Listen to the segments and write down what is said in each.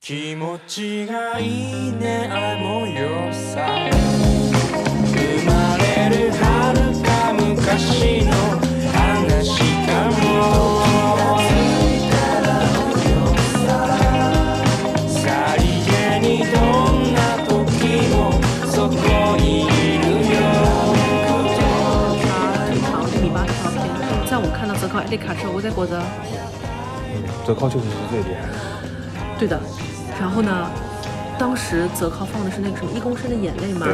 気持ちがいいねあの夜さ生まれる遥か昔の話かもさりげにどんな時もそこにいるよ它一长一米八长的片子。在我看到泽考艾丽卡之后，我才觉得折扣确实是最厉害的。对的。然后呢，当时泽考放的是那个什么《一公升的眼泪》嘛，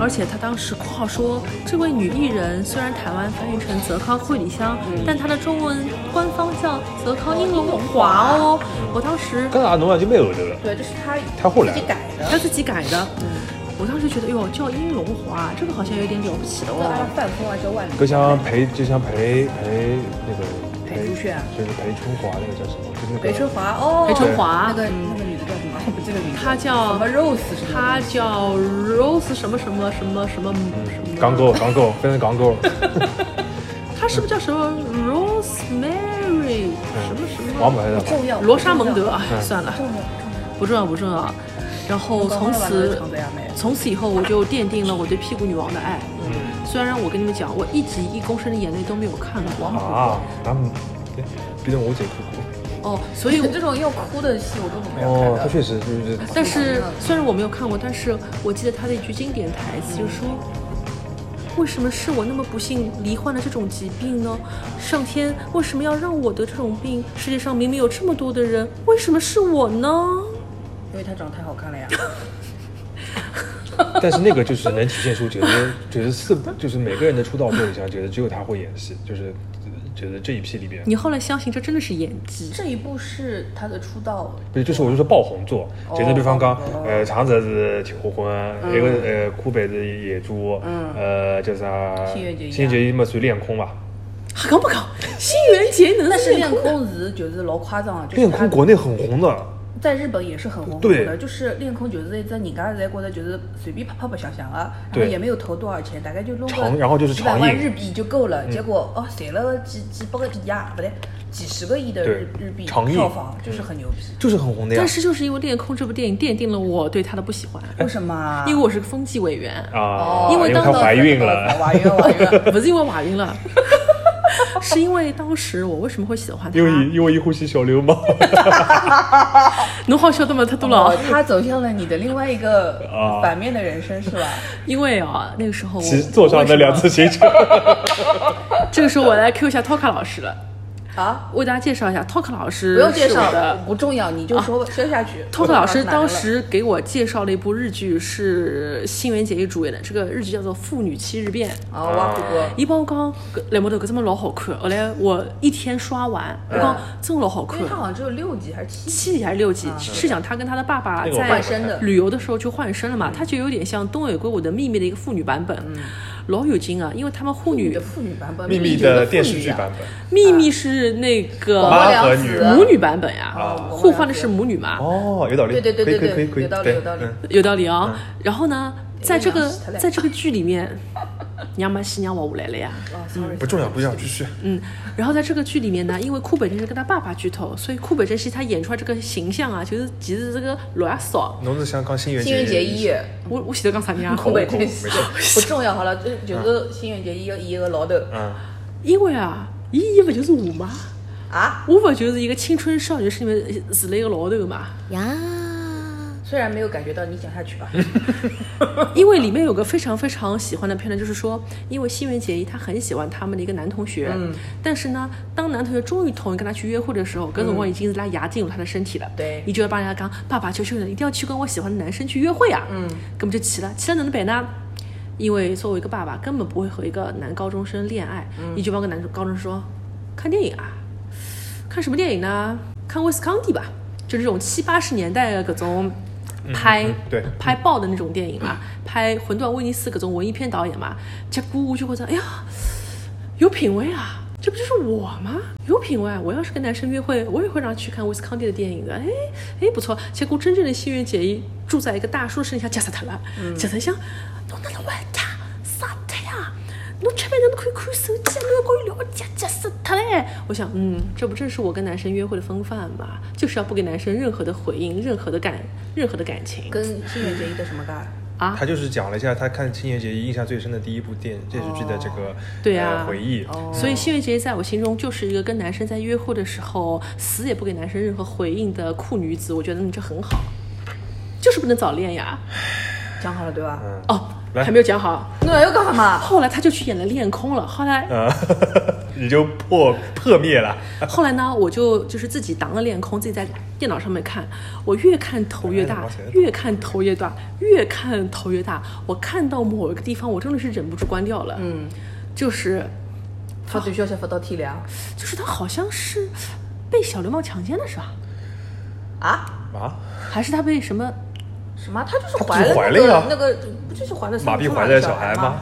而且他当时括号说，这位女艺人虽然台湾翻译成泽考惠里香，但她的中文官方叫泽考英龙华哦。我当时但是阿诺亚就没有这个，对，这是他他后来自己改的，他自己改的，我当时觉得，哟，叫英龙华，这个好像有点了不起的就按哦。范风啊，叫万里。就像裴，就像裴裴那个裴竹炫就是裴春华那个叫什么？就是那个裴春华哦，裴春华那个那个女的叫什么？我不记得名字。她叫什么 Rose 什么？她叫 Rose 什么什么什么什么什么，港狗，港狗，非常港嗯狗。她是不是叫什么 Rosemary 嗯什么什王么牌的不，重要。罗莎蒙德？不哎，算了，重要。重要不重要不重要。然后从此长泽雅美从此以后，我就奠定了我对屁股女王的爱。虽然我跟你们讲，我一集《一公升的眼泪》都没有看过啊，咱们对逼得我姐哭哭。哦，所以这种要哭的戏我都没有哦，看他的。确实就是，但是虽然我没有看过，但是我记得他的一句经典台词，就是说：“为什么是我那么不幸罹患了这种疾病呢？上天为什么要让我得这种病？世界上明明有这么多的人，为什么是我呢因为她长得太好看了 呀。但是那个就是能体现出九十九十四，就是每个人的出道作里上，觉得只有他会演戏，就是觉得这一批里边？”，你后来相信这真的是演技，这一部是她的出道，不是，就是我就说爆红作，哦觉得比方讲，呃，长泽是求婚，嗯一个呃，库北是野猪，呃，叫啥？新垣结衣啊新垣结衣嘛，属于恋空吧？搞不搞？新垣结衣能但是练练功？空子就是老夸张了，啊就是恋她空国内很红的，在日本也是很红火对的，就是练空就是在在人家在国内就是随便拍拍拍想想啊，然对后也没有投多少钱，大概就弄长个然后就是嗯几百长万印日币就够了。结果哦，赚了几几百个亿呀，不对，几十个亿的日对日币长印票房，就是很牛逼。就是很红的呀但。是就是因为《恋空》这部电影奠定了我对他的不喜欢，为什么啊？因为我是个风纪委员，哦啊，因为哎为当她时怀孕了，怀孕了，怀孕 了。不是因为瓦云了，是因为当时我为什么会喜欢他？因为一因为一呼吸小流氓 侬好笑的嘛，太多了哦。，他走向了你的另外一个啊反面的人 生是吧？因为啊，那个时候我骑坐上那辆自，行车，我为什么这个时候我来 Q 一下 Toka 老师了，啊，为大家介绍一下 Toka 老师。不用介是绍我的。不重要，你就说说下去。 Toka 老师哪个了当时给我介绍了一部日剧，是新垣结衣主演的，这个日剧叫做《妇女七日变》。啊，挖苦过。伊帮我讲，搿栏目头搿只么老好看，后来我一天刷完，我讲真老好看因为。他好像只有六集还是七集，七集还是六啊集，是讲她跟她的爸爸那个我在换身的旅游的时候去换身了嗯嘛，她就有点像东野圭吾的《秘密》的一个妇女版本，老有劲啊！因为他们妇你女的嗯妇女版本，秘密你的的妇女啊电视剧版本。秘密是那个广播妈和良女子儿母女版本呀、啊互换的是母女嘛，哦，有道理，对对对对可以可以对可以可以，有道理对有道理嗯有道理哦。然后呢，在这个有点像在这个剧里面，娘妈西娘我我来了呀。哦，sorry，啊不重要，不重要，继续。嗯，然后在这个剧里面呢，因为库北真是跟他爸爸剧透，所以库北真希他演出来这个形象啊，就是其实这个老阿嫂，侬是想讲新垣新垣结衣衣，我我写的讲啥呢？湖北电没视事啊不重要，好了，就就是新垣结衣演一个老头嗯，因为啊，伊伊不就是我吗？啊，我不就是一个青春少女是里面是了一个老头嘛？呀，虽然没有感觉到，你讲下 去吧。因为里面有个非常非常喜欢的片段，就是说，因为新垣结衣她很喜欢他们的一个男同学，但是呢，当男同学终于同意跟她去约会的时候，葛总光已经拉牙进入她的身体了，对你就要帮人家讲，爸爸求求你，一定要去跟我喜欢的男生去约会啊，嗯，根本就齐了，齐了哪能办呢？因为作为一个爸爸，根本不会和一个男高中生恋爱，你就帮个男高中生说，看电影啊，看什么电影呢？看威斯康蒂吧，就是这种七八十年代的各种拍、嗯对拍爆的那种电影嘛，拍《魂断威尼斯》各种文艺片导演嘛。结果我就觉得，哎呀，有品位啊！这不就是我吗？有品位啊！我要是跟男生约会，我也会让他去看威斯康蒂的电影的。哎哎，不错。结果真正的心愿结衣住在一个大叔身上，夹死他了，夹死想，侬哪能会他？啥他呀？侬吃饭哪能可以看手机，侬要跟伊聊我夹夹死他嘞！我想，嗯，这不正是我跟男生约会的风范吗？就是要不给男生任何的回应，任何的感，任何的感情跟新垣结衣的什么干？啊他。就是讲了一下他看《青年结衣》印象最深的第一部电电视剧的这个对啊呃、回忆。哦所以新垣结衣在我心中就是一个跟男生在约会的时候死也不给男生任何回应的酷女子，我觉得你这很好，就是不能早恋呀。讲好了对吧？嗯，哦，来还没有讲好。那要干什么？后来他就去演了恋空了。后来，啊， 你就破破灭了。后来呢，我就就是自己当了恋空，自己在电脑上面看。我越看头越哎大我写的，越看头越大，越看头越大。我看到某一个地方，我真的是忍不住关掉了。嗯，就是发短消息发到天亮就是他好像是被小流氓强奸了是吧？啊？啊，还是他被什么？什么？他就是他怀了怀那了呀个那个，不就是怀了马屁生出怀来的小小孩吗？吗？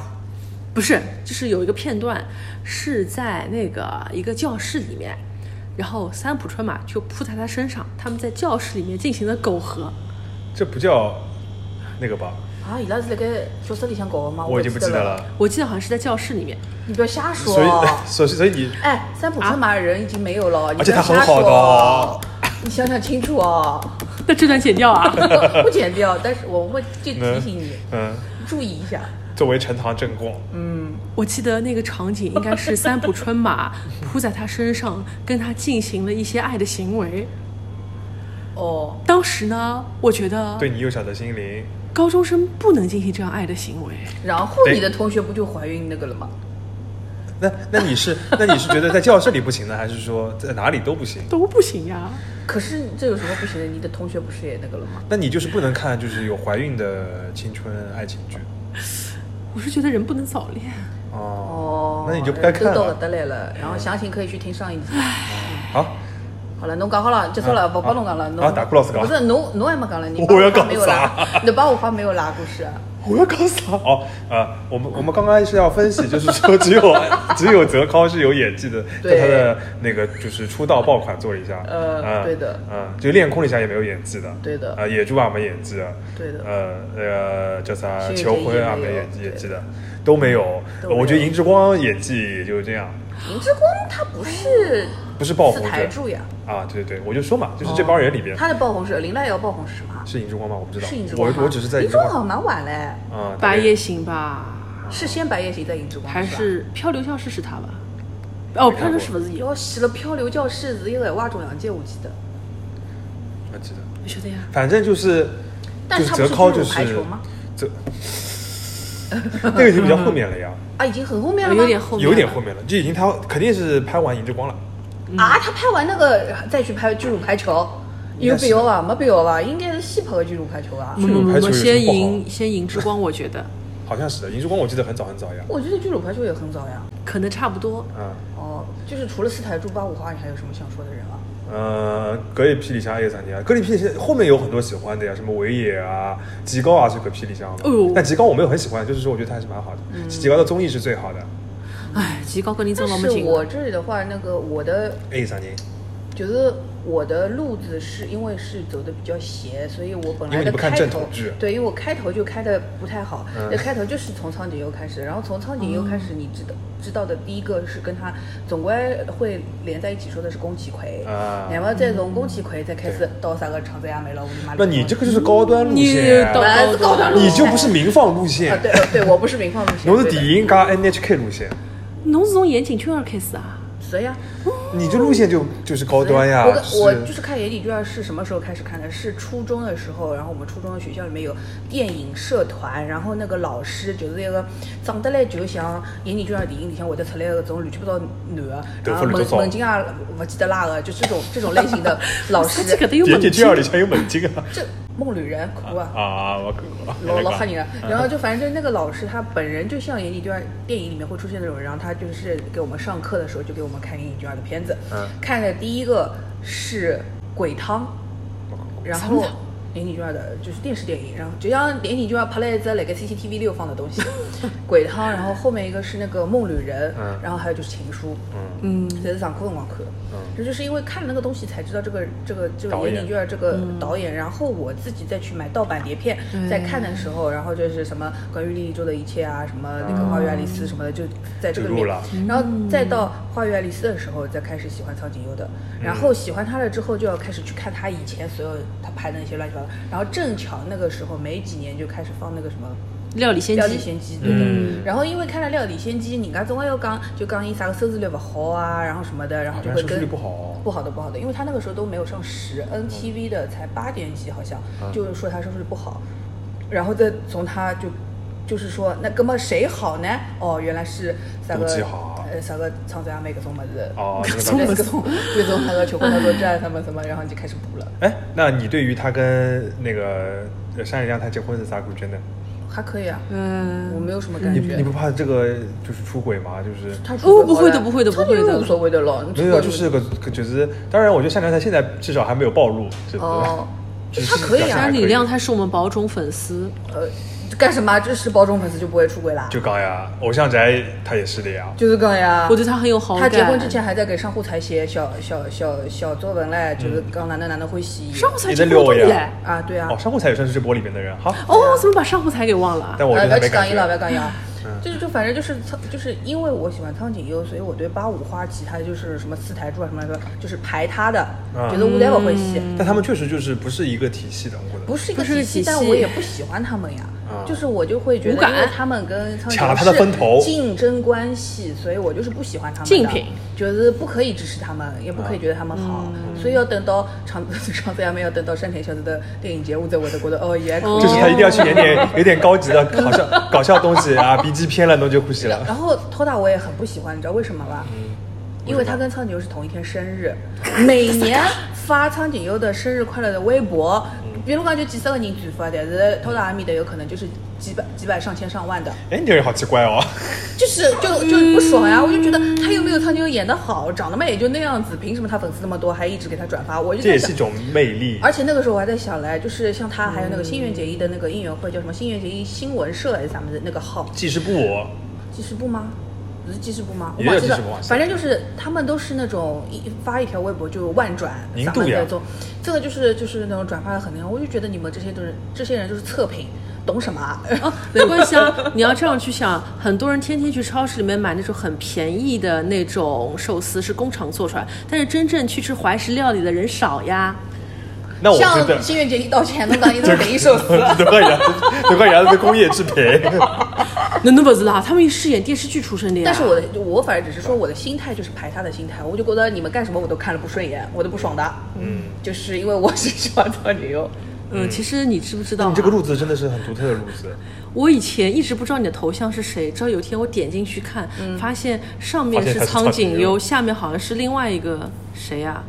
不是，就是有一个片段是在那个一个教室里面，然后三浦春马就扑在他身上，他们在教室里面进行了苟合。这不叫那个吧？啊，伊拉是辣盖教室里向搞的吗？我已经不不记得了。了。我记得好像是在教室里面，你不要瞎说所。以， 所以，所以你哎，三浦春马人已经没有了，你啊而且不他要很瞎好的说哦 你想想清楚哦。 那这段剪掉啊。 不剪掉， 但是我会就提醒你嗯，注意一下。作为呈堂证供，我记得那个场景应该是三浦春马扑在他身上，跟他进行了一些爱的行为。哦，当时呢，我觉得对你幼小的心灵，高中生不能进行这样爱的行为。然后对你的同学不就怀孕那个了吗？那那你是那你是觉得在教室里不行呢，还是说在哪里都不行？都不行呀，可是这有什么不行的？你的同学不是也那个了吗？那你就是不能看就是有怀孕的青春爱情剧我是觉得人不能早恋。哦哦，那你就不该看都到搿了。搭来了。然后详情可以去听上一集。好，好了，侬讲好了，结束了，啊不帮侬讲了。侬啊大姑老师讲不是侬，侬还没讲了，你我要帮我发没有讲啦？ 你帮我发没有啦？故事我要告诉他哦，啊，我们我们刚刚是要分析，就是说 只有只有泽康是有演技的，对在他的那个就是出道爆款作一下，呃嗯对的嗯，就恋空里下也没有演技的，对的啊，野猪啊没演技的，对的呃，那个叫啥是求婚啊也没没有演技对演技的都没有，都没有我觉得银之光演技也就这样，林之光他不是不是爆是红台柱呀，的啊，对对对，我就说嘛，就是这帮人里边哦他的爆红是林濑遥爆红是什么？是银之光吗？我不知道是银之，光我吗。我只是在银银之之光好光，像蛮晚嘞，啊，大白概夜行吧，是先白夜行再银之光还吧是漂流教室是他吧？哦，没漂看过流是不是有？要死了！漂流教室是一个挖种洋界，我记得。我记得。我觉得呀，反正就是，但就是是他不泽尻就是进入排是球吗泽，那个已 经比较后面了呀，啊，已经很后面了吗？有点后面了，有点后面了，就已经他肯定是拍完《银之光》了，啊！他拍完那个再去拍《巨乳排球》，有必要吧？没必要吧？应该是先拍个《巨乳排球》啊。不。不不不，排球有什么先不好赢先赢之光，我觉得好像是的，《银之光》我记得很早很早呀，我觉得《巨乳排球》也很早呀。可能差不多。嗯哦，就是除了四台柱八五花，你还有什么想说的人啊？呃，格里霹雳香也三年，格里霹雳香后面有很多喜欢的呀，什么维也啊、极高啊是格霹雳香的哎呦，但极高我没有很喜欢，就是说我觉得他还是蛮好嗯的，极高的综艺是最好的唉，极高跟林但宗老没是劲。我这里的话，那个我的 A 三年，就是我的路子是因为是走的比较斜，所以我本因为来你的不看开正头统剧对，因为我开头就开的不太好，嗯那、开头就是从苍井优开始，然后从苍井优开始，你知道、知道的第一个是跟他总归会连在一起说的是宫崎葵，啊然后再从宫崎葵再开始到啥个长泽雅美了，我的妈！那啊你这个就是高端路你线到啊，来自高端路你就不是民放路线啊，，对呃对，我不是民放路线，侬是对的电影加 NHK 路线。侬是从岩井俊二开始啊？谁呀？你这路线就就是高端呀，我跟我就就是是看《野底卷》是什么时候开始看的？是初中的时候，然后我们初中的学校里面有电影社团，然后那个老师就是那个长得来就像《野底卷》电影里向会得出来的搿种乱七八糟男的，头发然后乱门糟糟门禁也勿记得拉的，就这种这种类型的老师他。 这个得有点猛点劲第。二里向有猛精啊！这梦旅人哭啊！啊，我看过老老吓人啊。然后就反正就是那个老师，他本人就像演艺圈电影里面会出现那种人，然后他就是给我们上课的时候就给我们看演艺圈的片子，嗯看的第一个是《鬼汤》，哦然后什么汤。演艺圈的就是电视电影，然后就像演艺圈拍了一只那个 CCTV 六放的东 西，《鬼汤》，然后后面一个是那个《梦旅人》嗯然后还有就是《情书》，嗯，嗯，才是上课辰光看的。嗯这就是因为看了那个东西才知道这个这个这导个演演里卷这个导演，然后我自己再去买盗版碟片，嗯对在看的时候，然后就是什么关于莉莉周的一切啊，什么那个花与爱丽丝什么的，就在这个嗯就入里面了，然后再到花与爱丽丝》的时候，再开始喜欢苍井优的，嗯然后喜欢他了之后，就要开始去看他以前所有他拍的那些乱七八糟，然后正巧那个时候没几年就开始放那个什么。料理先料理机，先机，对的。嗯然后因为看了《料理先机》，人家总归要讲，就讲伊啥个收视率不好啊，然后什么的，然后就啊会收视跟率不好嗯不好的不好的，因为他那个时候都没有上十，NTV 的才八点几好像，就是说他收视率不好，然后再从他就就是说，那哥么谁好呢？哦，原来是啥个杜琪好呃啥个长泽雅美各种么子，哦， 那个各版种各本种各种那个求婚大作战什么什么，然后你就开始补了。哎，那你对于他跟那个呃山里亮太结婚是啥感觉呢？还可以啊，嗯我没有什么感你觉。你不怕这个就是出轨吗？就是他哦不会的不会的不会的这个无所谓的咯。你出没轨有，啊就是个个就是，当然我觉得山里亮太现在至少还没有暴露，就是哦，只是他可以啊山还里亮他是我们宝种粉丝，呃，干什么？这是包装粉丝就不会出轨啦？就刚呀，偶像宅他也是的呀。就是这样呀。我对他很有好他感。结婚之前还在给上户才写小小小小作文嘞，嗯就是讲哪能哪能欢喜。上户才你结能婚撩我对不对呀啊，对啊哦，。上户才也算是这波里面的人哈，哦，怎么把上户才给忘了？但我对不他要没去感讲觉伊。了，不要讲伊啊。嗯就是就反正就是苍就是因为我喜欢苍井优，所以我对八五花旗他就是什么四台柱啊什么什么，就是排他的，嗯觉得我来不欢嗯喜。但他们确实就是不是一个体系的，我觉得。不是一个不是体体系系，但我也不喜欢他们呀。啊就是我就会觉无得，感因为他们跟苍井抢了优他的风头嗯是竞争关系，所以我就是不喜欢他们的。竞品就是不可以支持他们，也不可以觉得他们好，嗯所以要等到长 长泽雅美要等到山田孝之的电影节，我才会得觉得哦也可以。就是他一定要去演点有点高级的搞笑搞笑东西啊，笔记偏了侬就呼吸了。然后偷大我也很不喜欢，你知道为什么吧？嗯因为他跟苍井优是同一天生日，每年发苍井优的生日快乐的微博，嗯比如讲就几十个人转发，但是偷大阿面的有可能就是几百、几百、上千、上万的。哎，你这人好奇怪哦。就是就就不爽呀、我就觉得他又没有苍井优演的好，长得嘛也就那样子，凭什么他粉丝那么多，还一直给他转发？我就这在也想是一。种魅力。而且那个时候我还在想嘞，就是像他还有那个新垣结衣的那个应援会，叫什么新垣结衣新闻社还是咱们的那个号，记事簿，记事部吗？不是记事部吗？我也有忘记了记事部啊，反正就是他们都是那种一发一条微博就万转，零咱度们呀那种，这个就是就是那种转发的很那样，我就觉得你们这些都是这些人就是测评，懂什么啊？哦，没关系啊，你要这样去想，很多人天天去超市里面买那种很便宜的那种寿司，是工厂做出来，但是真正去吃怀石料理的人少呀。那我觉向得新垣结衣道歉，能当一种匪夷寿司。德克牙德克牙是工业制品。那 那不是啦，他们是演电视剧出身的呀。但是我的我反正只是说我的心态就是排他的心态，我就觉得你们干什么我都看了不顺眼，我都不爽的。嗯，就是因为我是喜欢做女优，嗯，其实你知不知道、啊？ 你这个路子真的是很独特的路子，我以前一直不知道你的头像是谁，直到有一天我点进去看，发现上面发现是他是苍苍井井优优，下面好像是另外一个谁啊呀、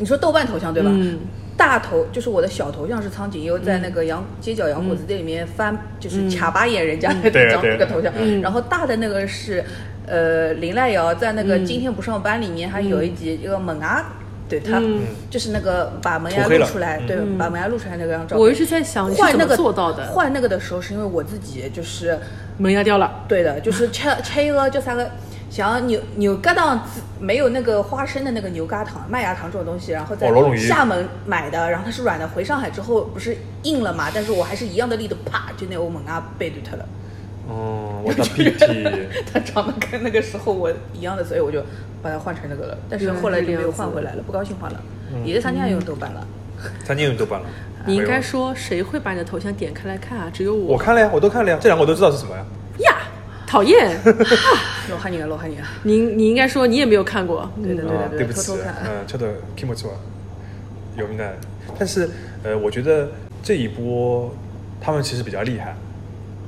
你说豆瓣头像对吧？嗯大头就是我的小头像是苍井优在那个洋街角洋果子店里面翻，嗯就是卡巴眼人家的嗯对啊那张对那个头像，然后大的那个是呃林濑遥在那嗯个今天不上班里面还有一集一个萌啊，对他嗯就是那个把萌牙涂黑露了出来，对，把萌牙露出来那个张照片。我一直在想你是换怎那么个做到的，换那个的时候是因为我自己就是门压掉哎了。对的，就是吃 吃一个叫啥个，像牛牛轧糖子没有那个花生的那个牛轧糖、麦芽糖这种东西，然后在哦罗龙鱼厦门买的，然后它是软的，回上海之后不是硬了嘛，但是我还是一样的力度，啪就那欧盟啊背对它了， 嗯，我打 PT， 它长得跟那个时候我一样的，所以我就把它换成那个了，但是后来就没有换回来了，不高兴换了，嗯也是参加用豆瓣了，三年有豆瓣了。哎你应该说谁会把你的头像点开来看啊？只有我我看了呀，我都看了呀，这两个我都知道是什么呀。呀，讨 厌。老汉人，老汉人，你你应该说你也没有看过，嗯对的对啊的，对的，不偷起偷，看，嗯，ちょっと気持ちは有名的，但是呃，我觉得这一波他们其实比较厉害，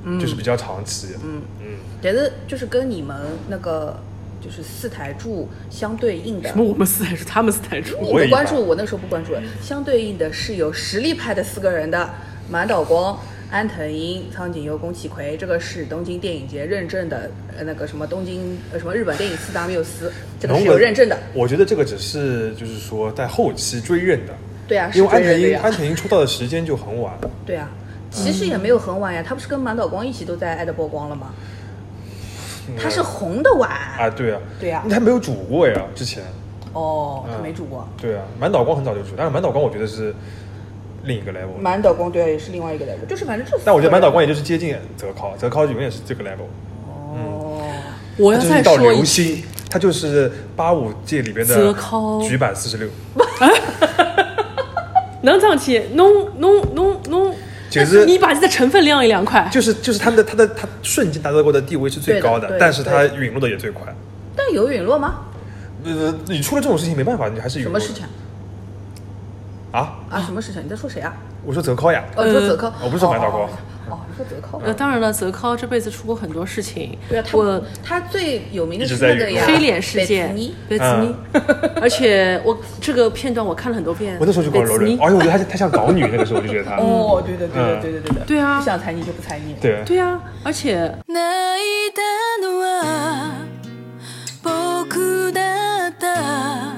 嗯就是比较长期，嗯嗯，但是就是跟你们那个就是四台柱相对应的什么我们四台柱，他们四台柱，我我也不一关般注，我那时候不关注。相对应的是有实力派的四个人的满岛光、安藤樱、苍井优、宫崎葵，这个是东京电影节认证的，呃，那个什么东京呃什么日本电影四大缪斯，这个是有认证的。我觉得这个只是就是说在后期追认的，对啊，因是为安真藤人的英安呀。藤英出道的时间就很晚，对啊，嗯其实也没有很晚呀，他不是跟满岛光一起都在爱的曝光了吗？他是红的晚嗯啊，对啊，对啊他没有煮过呀，之前，哦，他没住过。对啊，满岛光很早就煮，但是满岛光我觉得是另一个 level，满岛光对啊，也是另外一个 level，就是反正这四个人。但我觉得满岛光也就是接近泽尻，泽尻永远是这个 level，哦，我要他就是再一道说流一，星，他就是八五届里边泽的尻局版四十六，哎能这样去弄弄弄弄，简直你把自己的成分量一量快。就是就是他的他的他瞬间达到过的地位是最高对的对的但是他陨落的也最快。但有陨落吗？呃，你出了这种事情没办法，你还是陨什落么的事情啊啊？啊？什么事情？你在说谁啊？我说泽尻呀，哦，你说泽科，我不是说满岛光哦哦，哦你说泽科。呃，当然了，泽尻这辈子出过很多事情，对啊，他我他最有名的一直是在那个陨呀，落黑脸事贝件茨尼，啊贝兹尼， 而且我这个片段我看了很多遍。嗯我那时候就搞贝柔兹人尼，而且我觉得他他像搞女，那个时候我就觉得他， 哦，对的，对的，嗯对的，对的，对啊不想踩你就不踩你。对，对呀、而且泣いたのは僕だった